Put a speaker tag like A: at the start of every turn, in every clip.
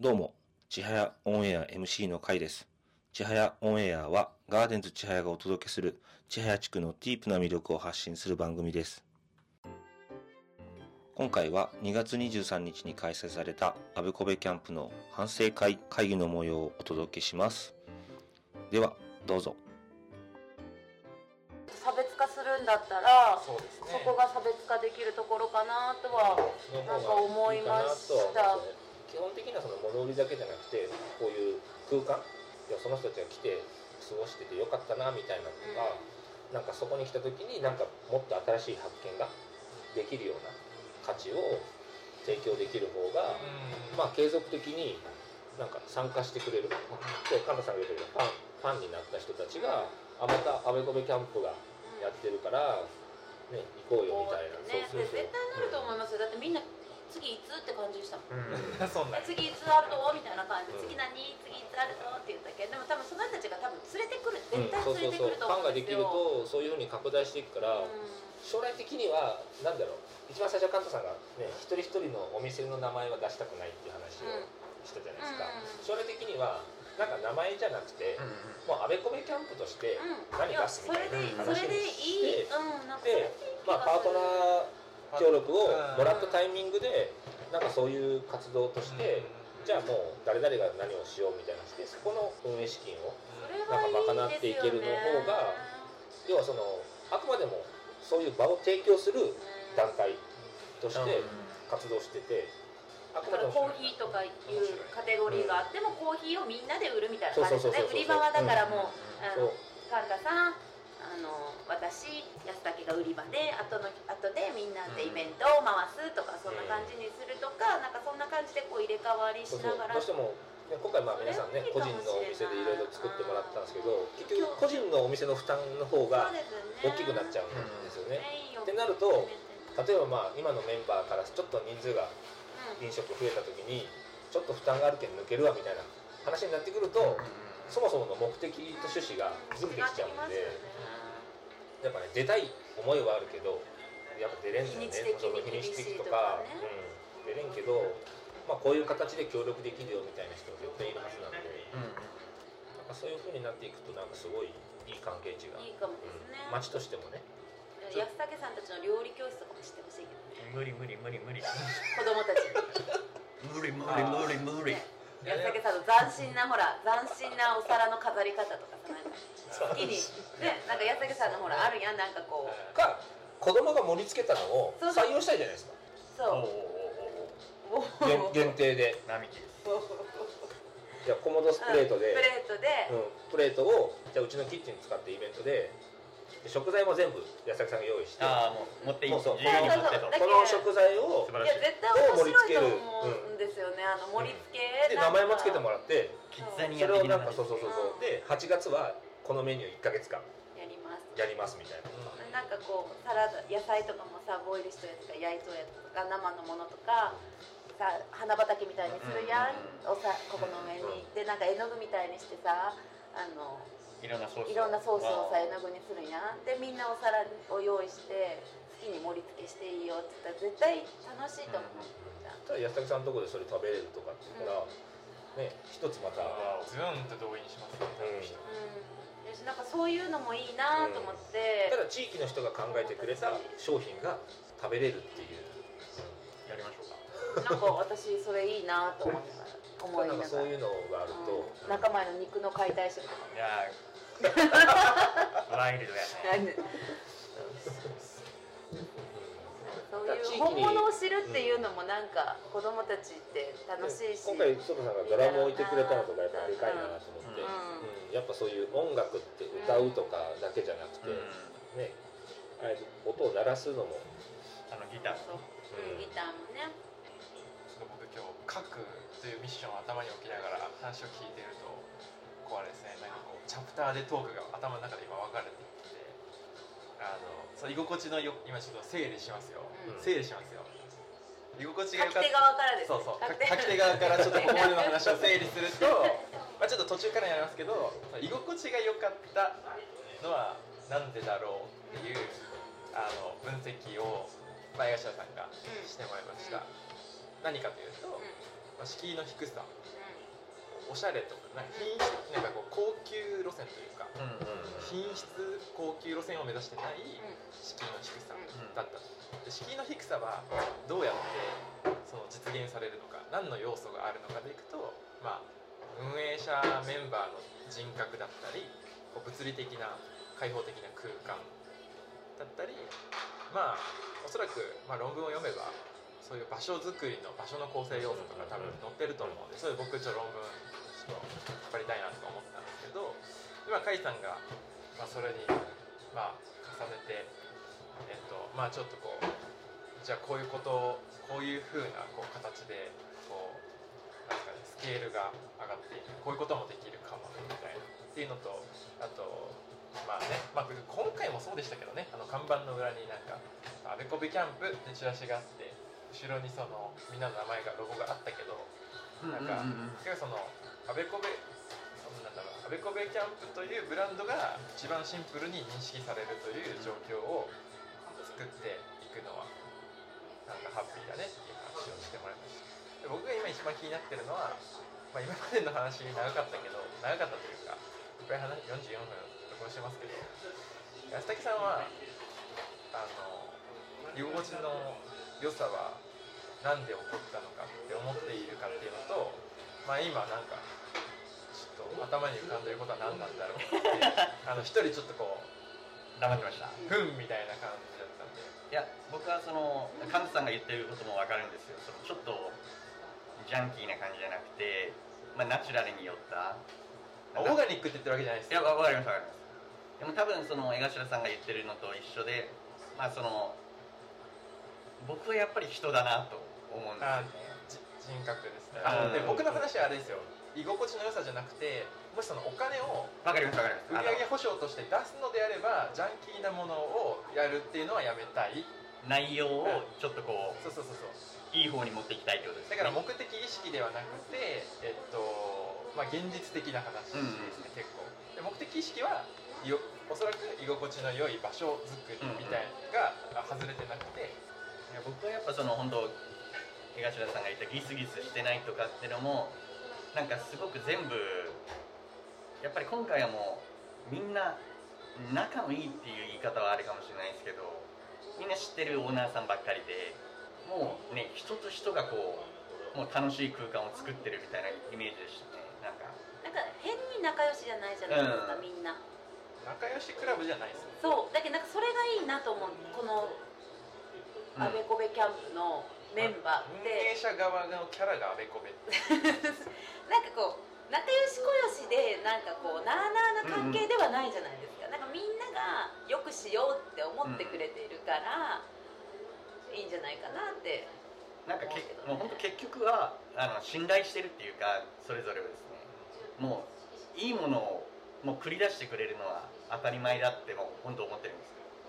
A: どうも、ちはやオンエア MC の会です。ちはやオンエアは、ガーデンズちはやがお届けする、ちはや地区のディープな魅力を発信する番組です。今回は2月23日に開催された、安部こべキャンプの反省会会議の模様をお届けします。では、どうぞ。
B: 差別化するんだったら
C: そうですね
B: そこが差別化できるところかなとは
C: その方
B: な
C: が
B: んか思いまし
C: いいかなとは
B: た
C: 思うんですよね基本的にはその物売りだけじゃなくてこういう空間いやその人たちが来て過ごしててよかったなみたいなのとか、なんかそこに来た時になんかもっと新しい発見ができるような価値を提供できる方が、まあ継続的になんか参加してくれるで神田さんが言ってたファンファンになった人たちが、あまたアベコベキャンプがやってるから、ね、行こうよみたいな、
B: ね
C: そうそう
B: で
C: そう
B: 絶対なると思いますよだってみんな次いつって感じでしたもん
C: うん
D: そん
B: え
D: なに
B: 次いつあるとみたいな感じで
C: うん
B: 次何次いつあるとって言ったけどでも多分その人たちが多分連れてくる
C: う
B: 絶
C: んそ
B: 対
C: うそ
B: 連れてくる
C: うそうフ
B: と思
C: ァ
B: う
C: ンが
B: ん
C: で
B: です
C: きる
B: よ
C: とそういうふうに拡大していくから、将来的にはなんだろう一番最初は関東さんがね一人一人のお店の名前は出したくないっていう話をしたじゃないですか、
B: うん
C: 将来的にはなんか名前じゃなくて、もうあべこべキャンプとして、
B: うんうん
C: 何
B: い
C: 出
B: や
C: す
B: そ
C: みた
B: れ
C: いな
B: でそ
C: 話
B: れ
C: に
B: でいい
C: して
B: うんなんかそれでいい
C: で、まあ、パートナー協力をもらったタイミングでなんかそういう活動として、じゃあもう誰々が何をしようみたいなしてそこの運営資金を
B: それはいいですよね
C: なんか賄っていけるの方が要はそのあくまでもそういう場を提供する
B: うん
C: 団体として
D: うん
C: 活動しててあ
B: だ
C: く
B: か
C: まで
B: らコ
C: も
B: ーヒーとかいうカテゴリーがあってもコーヒーをみんなで売るみたいな感じです
C: そうそうそ
B: ね
C: うそう
B: 売り場はだからもう、あ
C: そ
B: の
C: う
B: 神田さんあの私安武が売り場で後の後でみんなでイベントを回すとかそんな感じにするとか、なんかそんな感じでこう入れ替わりし
C: そう
B: なが
C: そう
B: ら
C: どうしてもね今回まあ皆さんね
B: そ
C: 個
B: れはい
C: 人
B: いかもしれない
C: のお店でいろいろ作ってもらったんですけど結
B: 今
C: 局
B: 日
C: 個人のお店の負担の方が
B: そうですね
C: 大きくなっちゃうんですよね。
B: メインを
C: ってなる
B: 決
C: と
B: めて
C: 例えばまあ今のメンバーからちょっと人数が
B: うん
C: 飲食増えた時にちょっと負担があるけん抜けるわみたいな話になってくるとそもそもの目的と趣旨がずれてきちゃうん
B: 違
C: で
B: ってき
C: やっぱね出たい思いはあるけどやっぱ出れんの
B: 日に
C: よね
B: ち的に
C: その日にち的と
B: 厳
C: か
B: しいとか
C: うん、出れんけど、まあ、こういう形で協力できるよみたいな人は絶対いるはずなんでなんかそういう風になっていくとなんかすごいいい関係値が
B: ますよねいいかもですね、
C: うん町としてもね
B: 安武さんたちの料理教室とかも知ってほしいけどね
D: 無理無理無理無理
B: 子供たちに
D: 無理無
C: 理無
D: 理無
B: ね安武さんの斬新なほら斬新なお皿の飾り方とかさなんか好きにねなんか安武さんのほらあるやんなんかこう
C: か子供が盛り付けたのを
B: そうそう
C: 採用したいじゃないです か
D: お
B: そうおー
C: 限限定で
D: 並木
C: じゃあコモドスプレートで
B: プレートで
C: うん、プレートをじゃあうちのキッチン使ってイベントでで食材も全部安崎さんが用意して
D: ああもう持っていい自
C: そうそう
D: 由に持って
B: そうそう
D: と
B: だ
C: この食材を
D: 素晴ら
B: い
D: し
B: や絶対面白いと
C: を盛り付け
B: 思う
C: る
B: んですよねあの盛り付け
C: で名前もつけて
B: ら
C: もらって
D: キッザニ
C: そ
D: ア
C: れを
D: 的
C: な
D: なん
C: かそうそうそう
B: うん
C: そうで8月はこのメニュー1か月間
B: うやります
C: やりますみたい
B: な
C: な
B: んかこうサラダ野菜とかもさボイルしたやつとか焼いたやつとか生のものとかさ花畑みたいにするやん、おさここの上に、でなんか絵の具みたいにしてさあの
D: いろんなソース
B: いろんなソースをさ絵の具にするやんでみんなお皿を用意して好きに盛り付けしていいよって言ったら絶対楽しいと思う、
C: ただ安崎さんのとこでそれ食べれるとかって言ったら、ね一つまた、
D: ズーンと動員します
C: うん
B: うんよしなんかそういうのもいいなと思って
C: た、だ地域の人が考えてくれた商品が食べれるっていう、
D: やりましょうか
B: なんか私それいいなと思いながら思い
C: なん
B: な
C: か
B: が
C: そういう
B: ら
C: のがあると、
B: うん仲間への肉の解体ショーとか
D: いや ーワイルドや
B: な
D: ね
B: んでそういう本物を知るっていうのもなんか子供たちって楽しいし、
C: 今回外さんがドラムを置いてくれたのとかやっぱでかいなと思っ
B: う
C: て、
B: ん
C: うんやっぱそういう音楽って歌うとかだけじゃなくて、ねあえて音を鳴らすのも
D: あのギター
B: そう、うん、ギターもね
E: ちょっと僕今日書くというミッションを頭に置きながら話を聞いてるとこうあれですねなんかこうチャプターでトークが頭の中で今分かれてきてあのそう居心地のよ今ちょっと整理しますよ、
C: うん
E: 整理しますよ居心地
B: 書
E: が良
B: き手
E: かった
B: 側からです
E: そうそう
B: 書
E: 書
B: き手
E: き手側からちょっとここまでの話を整理する とまあちょっと途中からやりますけど居心地が良かったのはなんでだろうっていうあの分析を前頭さんがしてもらいました、何かというと、
B: うん
E: ままあ、敷居の低さおしゃれとかなんか品質なんかこう高級路線というか
D: うんうん
E: 品質高級路線を目指してない
B: うん
E: 敷居の低さ
D: うん
E: だったで敷居の低さはどうやってその実現されるのか何の要素があるのかでいくと、まあ、運営者メンバーの人格だったりこう物理的な開放的な空間だったりまあおそらく、まあ、論文を読めばそういう場所づくりの場所の構成要素とか多分載ってると思うんでそれ僕ちょっと論文ちょっと引っ張りたいなとか思ったんですけど今甲斐さんが、まあ、それに、まあ、重ねてえっとまあちょっとこうじゃあこういうことをこういうふうなこう形でこうなんですかねスケールが上がっていくこういうこともできるかもみたいなっていうのとあとまあね、まあ、僕今回もそうでしたけどねあの看板の裏になんか「あべこべキャンプ」ってチラシがあって後ろにそのみんなの名前がロゴがあったけどなんか結局そのあべこべなんだろうあべこべキャンプというブランドが一番シンプルに認識されるという状況を作っていくのはなんかハッピーだねっていう話をしてもらいましたで僕が今一番気になってるのは、まあ、今までの話長かったけど長かったというかいっぱい話44分録音してますけど安武さんはあの居心地の良さはなんで起こったのかって思っているかっていうのとまあ今なんかちょっと頭に浮かんでることは何なんだろうってあの一人ちょっとこう
D: 黙ってました
E: ふんみたいな感じだったんで
D: いや僕はそのカンツさんが言ってることも分かるんですよそのちょっとジャンキーな感じじゃなくて、まあ、ナチュラルに寄った
E: オーガニックって言ってるわけじゃないです
D: いやわわかりますわかりますでも多分その江頭さんが言ってるのと一緒でまあその僕はやっぱり人だなと思うんですよ
E: あ
D: ね
E: じ人格ですね
D: あ
E: で
D: うん
E: 僕の話はあれですよ居心地の良さじゃなくてもしそのお金を
D: わかりますわかり
E: 売
D: ますあ
E: 上
D: の
E: 保証として出すのであればジャンキーなものをやるっていうのはやめたい
D: 内容をちょっとこ
E: そうそうそうそう
D: ういい方に持っていきたいってことです
E: だ
D: ね
E: から目的意識ではなくて、えっとまあ、現実的な話ですね、
D: うんうん
E: 結構で目的意識はよおそらく居心地の良い場所づくりみたいなのがあ外れてなくて、
D: いや僕はやっぱその本当江頭さんが言ったギスギスしてないとかってのもなんかすごく全部やっぱり今回はもうみんな仲のいいっていう言い方はあるかもしれないですけどみんな知ってるオーナーさんばっかりでもうね人と人がこうもう楽しい空間を作ってるみたいなイメージでしたねなんか
B: なんか変に仲良しじゃないじゃないですか、
D: うん
B: みんな
E: 仲良しクラブじゃないですね
B: そうだけどなんかそれがいいなと思うこの
D: うん
B: あべこべキャンプのメンバーっ
E: 運営
B: て、
E: 者側のキャラがあべこべって
B: なんかこう仲良し小良しでなんかこうなあなあな関係ではないじゃないですか、なんかみんながよくしようって思ってくれているから、いいんじゃないかなって
D: なんかけもう本当結局はあの信頼してるっていうかそれぞれをですねもういいものをもう繰り出してくれるのは当たり前だってもう本当思ってるん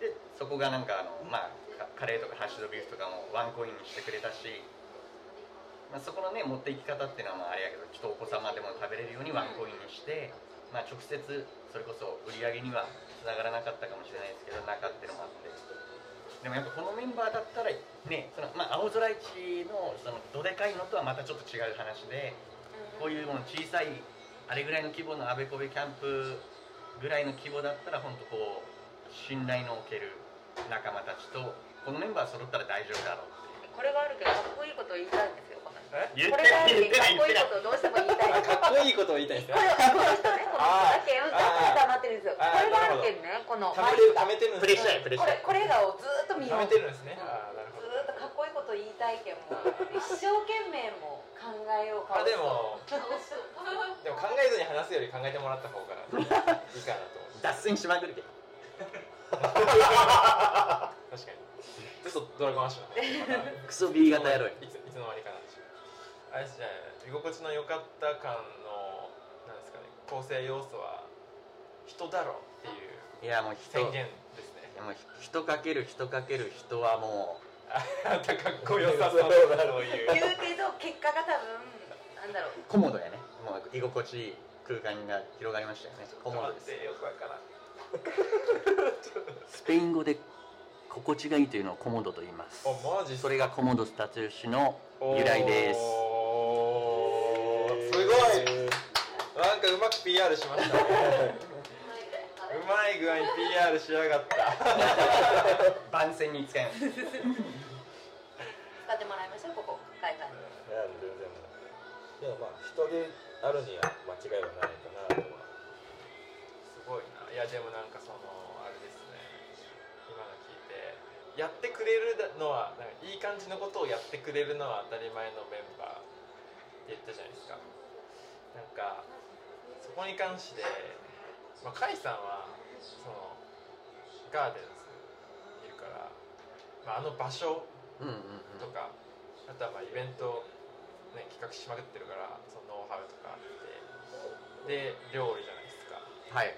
D: ですよでそこがなんかあのまあカカレーとかハッシュドビーフとかもワンコインにしてくれたし、まあ、そこのね持っていき方っていうのはまああれやけどちょっとお子様でも食べれるようにワンコインにして、まあ、直接それこそ売り上げにはつながらなかったかもしれないですけど中っていうのもあってでもやっぱこのメンバーだったらねその、まあ、青空市のそのどでかいのとはまたちょっと違う話でこういうもの小さいあれぐらいの規模のあべこべキャンプぐらいの規模だったら本当こう信頼のおける仲間たちとこのメンバー揃ったら大丈夫だろう
B: これがあるからかっこいいことを言いたいんですよこの人
E: え
D: 言っ
B: こ
D: て
B: れがあ
D: ない
B: る
D: 言って
B: か
D: な
B: っ
D: い
B: こ
D: 言っ
B: いいこと
D: てない
B: をどうしても言いたい
E: あ かっこいいことを言いたいです
B: こ
E: ね
B: れはこの人ねこの人だけうんだから黙ってるんですよこ
E: あー
B: れがあるけんねこの
E: た
B: マ
E: め
B: イ
E: て
B: クが
E: るためてるん
D: プレ
E: です
D: ッシャーやプレッシ
B: こ
D: ャ
B: れこれがをずーっと見よ
E: た
B: う
E: め
B: ず
E: てるんですね
B: うん
E: あーなるほど
B: ーっとかっこいいこと言いたいけんも一生懸命も考えよう
E: まあ
B: か
E: でも
B: う
E: でも考えずに話すより考えてもらった方がいいかなと思う
D: ー 脱線しまくるけ ど
E: 確かにちょっとドラゴンアッシュの話
D: クソ B 型やろい
E: いついつの間にかなってしまうあれですね居心地の良かった感のなんですかね構成要素は人だろうっていう
D: いやもう人
E: 宣
D: い
E: 言ですね
D: やもう人かける人かける人はもう
E: あんたかっこよさそうだろういう
B: 言うけど結果が多分なんだろう
D: コモドやねもう居心地いい空間が広がりましたよねコモドです
E: よくわからん
D: スペイン語で心地がいいというのをコモドと言います
E: あマジっすか
D: それがコモドスタチューシの由来です
E: おーまく PR しましたねうまい具合に PR しやがった
D: 番宣に使います
B: 使ってもらいましょうここ会館に
C: いや全然もうでもまあ人であるには間違いはないかなとは
E: すごいないやでもなんかそのあれですね今の聞いてやってくれるのはなんかいい感じのことをやってくれるのは当たり前のメンバーって言ったじゃないですかなんかそこに関して、まあ、甲斐さんはそのガーデンズいるから、まあ、あの場所
D: うんうんうん
E: とかあとはまあイベント、ね、企画しまくってるからそのノウハウとかあってで料理じゃないですか
D: はい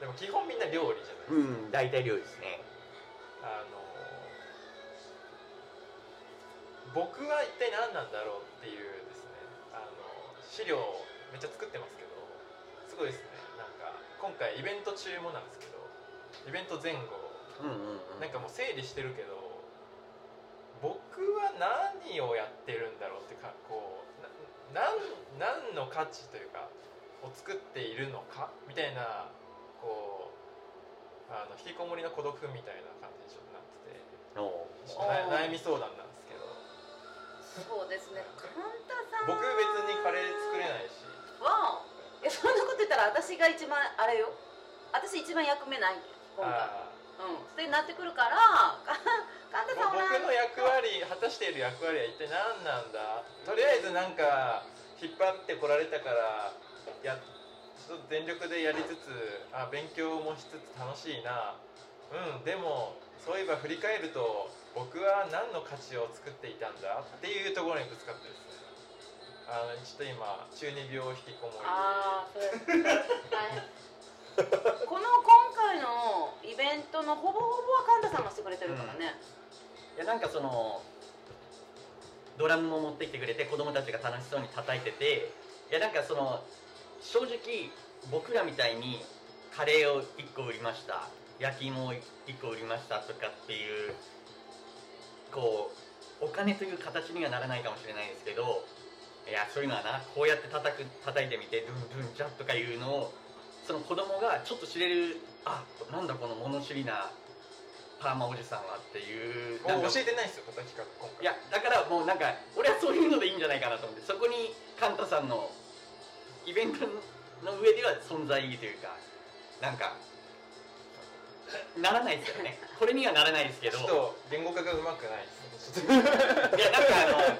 E: でも基本みんな料理じゃないですか、
D: うん大体料理ですね
E: あの僕は一体何なんだろうっていうですねあの資料めっちゃ作ってますけどすごいですねなんか今回イベント中もなんですけどイベント前後
D: うんうんうん
E: なんかもう整理してるけど僕は何をやってるんだろうってかこうななん何の価値というかを作っているのかみたいなこうあの引きこもりの孤独みたいな感じにちょっとなってて
D: お
E: ちょっと
B: あー
E: 悩悩み相談なんですけど
B: そうですねカウンターさん
E: 僕別にカレー作れないし
B: わおいやそんなこと言ったら私が一番あれよ私一番役目ないよ今回
E: あー
B: うんそれになってくるから か神田
E: ぼ
B: さんは
E: 僕の役割果たしている役割は一体何なんだとりあえずなんか引っ張ってこられたからやちょっと全力でやりつつあ勉強もしつつ楽しいなうんでもそういえば振り返ると僕は何の価値を作っていたんだっていうところにぶつかってですねあのちょっと今中二病引きこもり
B: ああそうですねはいこの今回のイベントのほぼほぼは神田さんがしてくれてるからね、
D: いやなんかそのドラムも持ってきてくれて子供たちが楽しそうに叩いてていやなんかその正直僕らみたいにカレーを1個売りました焼き芋を1個売りましたとかっていうこうお金という形にはならないかもしれないですけどいやそういうのはなこうやって叩く叩いてみてドゥンドゥンジャッとかいうのをその子供がちょっと知れるあなんだこの物知りなパーマおじさんはっていうなん
E: も
D: か
E: う教えてないんですよこの企画今回
D: いやだからもうなんか俺はそういうのでいいんじゃないかなと思ってそこにカンタさんのイベントの上では存在意義というかなんかならないですよねこれにはならないですけ
E: ち
D: ど
E: ょっと言語化がうまくないですねちょっと
D: いやなんか あの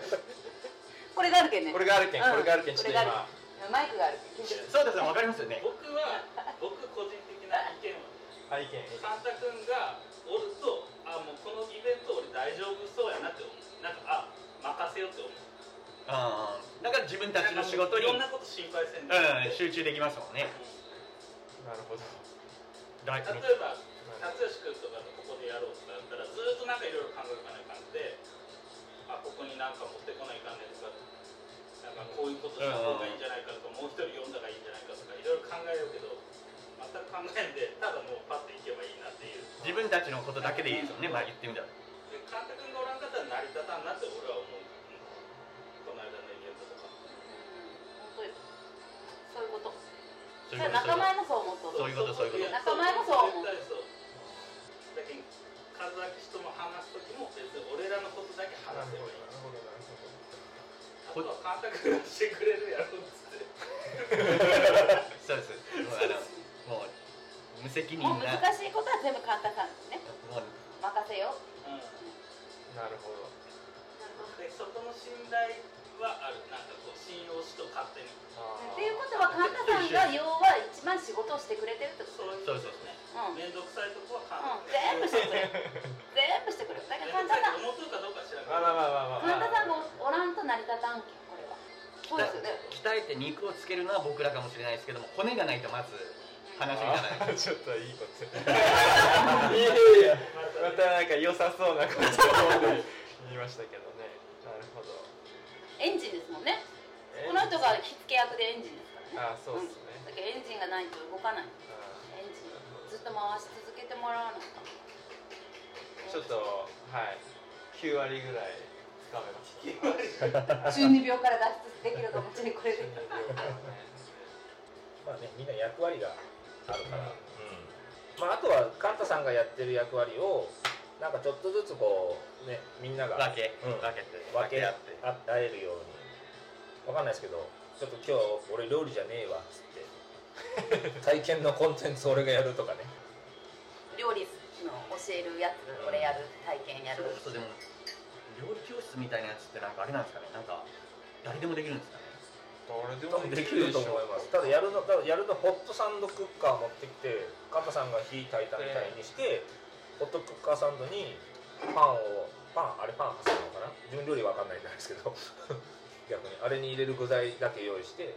B: これがあるけんね
E: これがあるけんこれがあるけん
B: うん
E: ちょっと今
B: マイクがあるけん緊張する
D: そうですわかりますよね
F: 僕は僕個人的な意見は
E: あ意見意見
F: サンタ君がおるとあもうこのイベント俺大丈夫そうやなって思うなんかあ任せようって思う
D: うんだから自分たちの仕事に、う
F: なんん、かもういろんなこと心配せんで、
D: 集中できますもんね
E: なるほど
D: だい
F: 例えば辰吉君とかとここでやろうとかだったらずーっとなんかいろいろ考えかないかんであここになんか持ってこないかんねとかなんかこういうことした方がいいんじゃないかとかもう一人呼んだらいいんじゃないかとかいろいろ考えるけど全く考えんでただもうパッといけばいいなっていう
D: 自分たちのことだけでいいですもんねまあ言ってみたら
F: で監督がおらんかったら成り立たんなって俺は思う、この間のイベントとか
B: 本当よそういうこと
D: そ
B: そうれ
D: い
B: は
D: うこと
B: 仲間もそう思っと
D: そういうことそういうこと
B: 仲間もそう思う
F: 絶対そうだけど数だけ人も話す時も別に俺らのことだけ話せばいいあとは監督がしてくれるやろっつって
D: そうですもうあのもう無責任な
B: も
D: も
B: う難しいことは全部簡単さんですね
D: う
B: 任せよう
F: うん
E: なるほど
F: でそこの信頼はあるなんかこう信用しと勝手に
B: っていうことは神田さんが要は一番仕事をしてくれてるってこと
F: そういう
D: そう
F: こ
D: そう
F: とね
B: うん、うん、
F: 面倒くさいとこは監
B: 全部し
F: 督
B: てくれる 全部してくれるだから
F: 面
B: 神
F: 倒
B: 田さん
F: くさいと思っとるかどうか知らんけ
E: まあ
F: ど
E: まあまあまあ
B: 神
E: ま
B: 田さ
E: あ
B: んがおらんと成り立たんけんこれはそうですよね
D: 鍛えて肉をつけるのは僕らかもしれないですけども骨がないとまず話にならない
E: あちょっといいこといやいやまたなんか良さそうなことを言いましたけどねなるほど
B: エンジンですもんねこの人が火付け役でエンジンですからね
E: あそうっすね
B: だけどエンジンがないと動かない
E: あ
B: エンジンをずっと回し続けてもらわなきゃ
E: ちょっとはい9割ぐらいつかめました
B: 中二病から脱出できるかもしれないこれで
E: 12秒間ね
C: まあねみんな役割があるから、まあ、あとはカンタさんがやってる役割をなんかちょっとずつこうねみんなが
D: 分け、
C: うん
D: 分けて
C: 分け合
D: 合っ
C: っててあ会えるようにわかんないですけどちょっと今日俺料理じゃねえわっつって体験のコンテンツ俺がやるとかね
B: 料理の教えるやつこれやる体験や
D: そ
B: る
D: れこそでも料理教室みたいなやつってなんかあれなんですかねなんか誰でもできるんですかね
E: 誰で
C: 多
E: も
C: 分
E: で
C: で
E: き
C: き
E: るで
C: る
E: し
C: と
E: ょ
C: 思いますただやるのただやるのホットサンドクッカー持ってきてカンタさんが火炊いたみたいにして、ホットクッカーサンドにパンをパンあれパン挟むのかな自分料理わかんないんですけど 逆にあれに入れる具材だけ用意して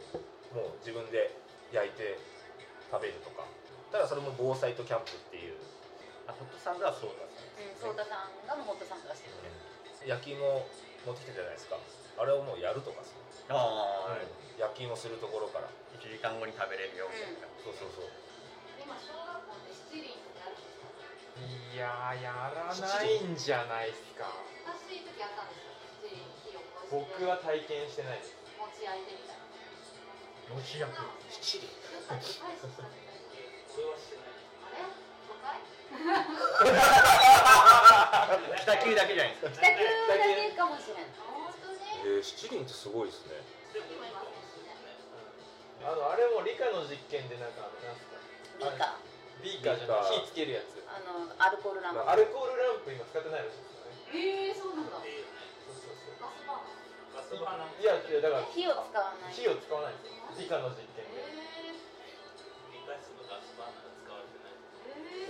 C: もう自分で焼いて食べるとかただそれも防災とキャンプっていう
D: あホットサンドはそうだね
B: うんソータさんがもうホットサンドがしてる
C: 焼き芋持ってきてたじゃないですかあれをもうやるとかさ、
D: ああ、
C: 焼き芋するところから
D: 1時間後に食べれるよみたいな、
C: そうそうそう
G: 今小学校で七輪ってあるんですか
E: いやーやらないんじゃないですか
G: 昔時あったんですよ七輪火を起こして
E: 僕は体験してないです
G: 持ち焼いてみたいな
D: ロシア
G: なんか
C: 七輪
G: 大したみたいな
F: 俺はしてない
G: あれ都会
D: 北九だけじゃないですか
B: 北九だけかもしれない
G: 本当に
C: えー、七輪ってすごいですね
F: で
G: 今い
F: も
G: ますもんね
E: あのあれも理科の実験でなんかあのなんすか
B: ビーカ
E: ビーカーじゃない
C: ビーカー
E: 火つけるやつ
B: ーあのアルコールランプ
E: アルコールランプ今使ってないらしいですよね
G: えー、そうなんだガ
F: いいよね
E: そうそうそう
G: スバー
F: ガスバー
G: ナー
F: ナー
E: いや違うだから
B: 火を使わない
E: 火を使わないんですよ理科の実験で
G: えー、
F: 理解するガスバーナーが使われてない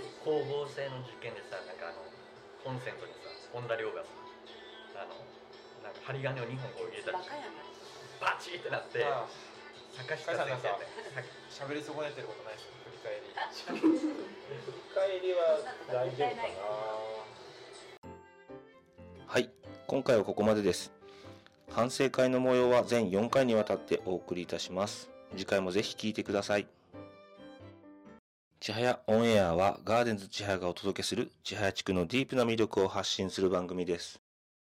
G: えー、
D: 光合成の実験でさなんかあのコンセントにさ本田亮がさあのなんか針金を2本こう入れたら
B: バカや な
D: バチってなって
E: まあ
D: 坂下先生みたいな
E: 喋り損ねてることないですよ振り返り
C: 振り返りは大丈夫かな
A: はい、今回はここまでです。反省会の模様は全4回にわたってお送りいたします。次回もぜひ聞いてください。ちはやオンエアはガーデンズちはやがお届けするちはや地区のディープな魅力を発信する番組です。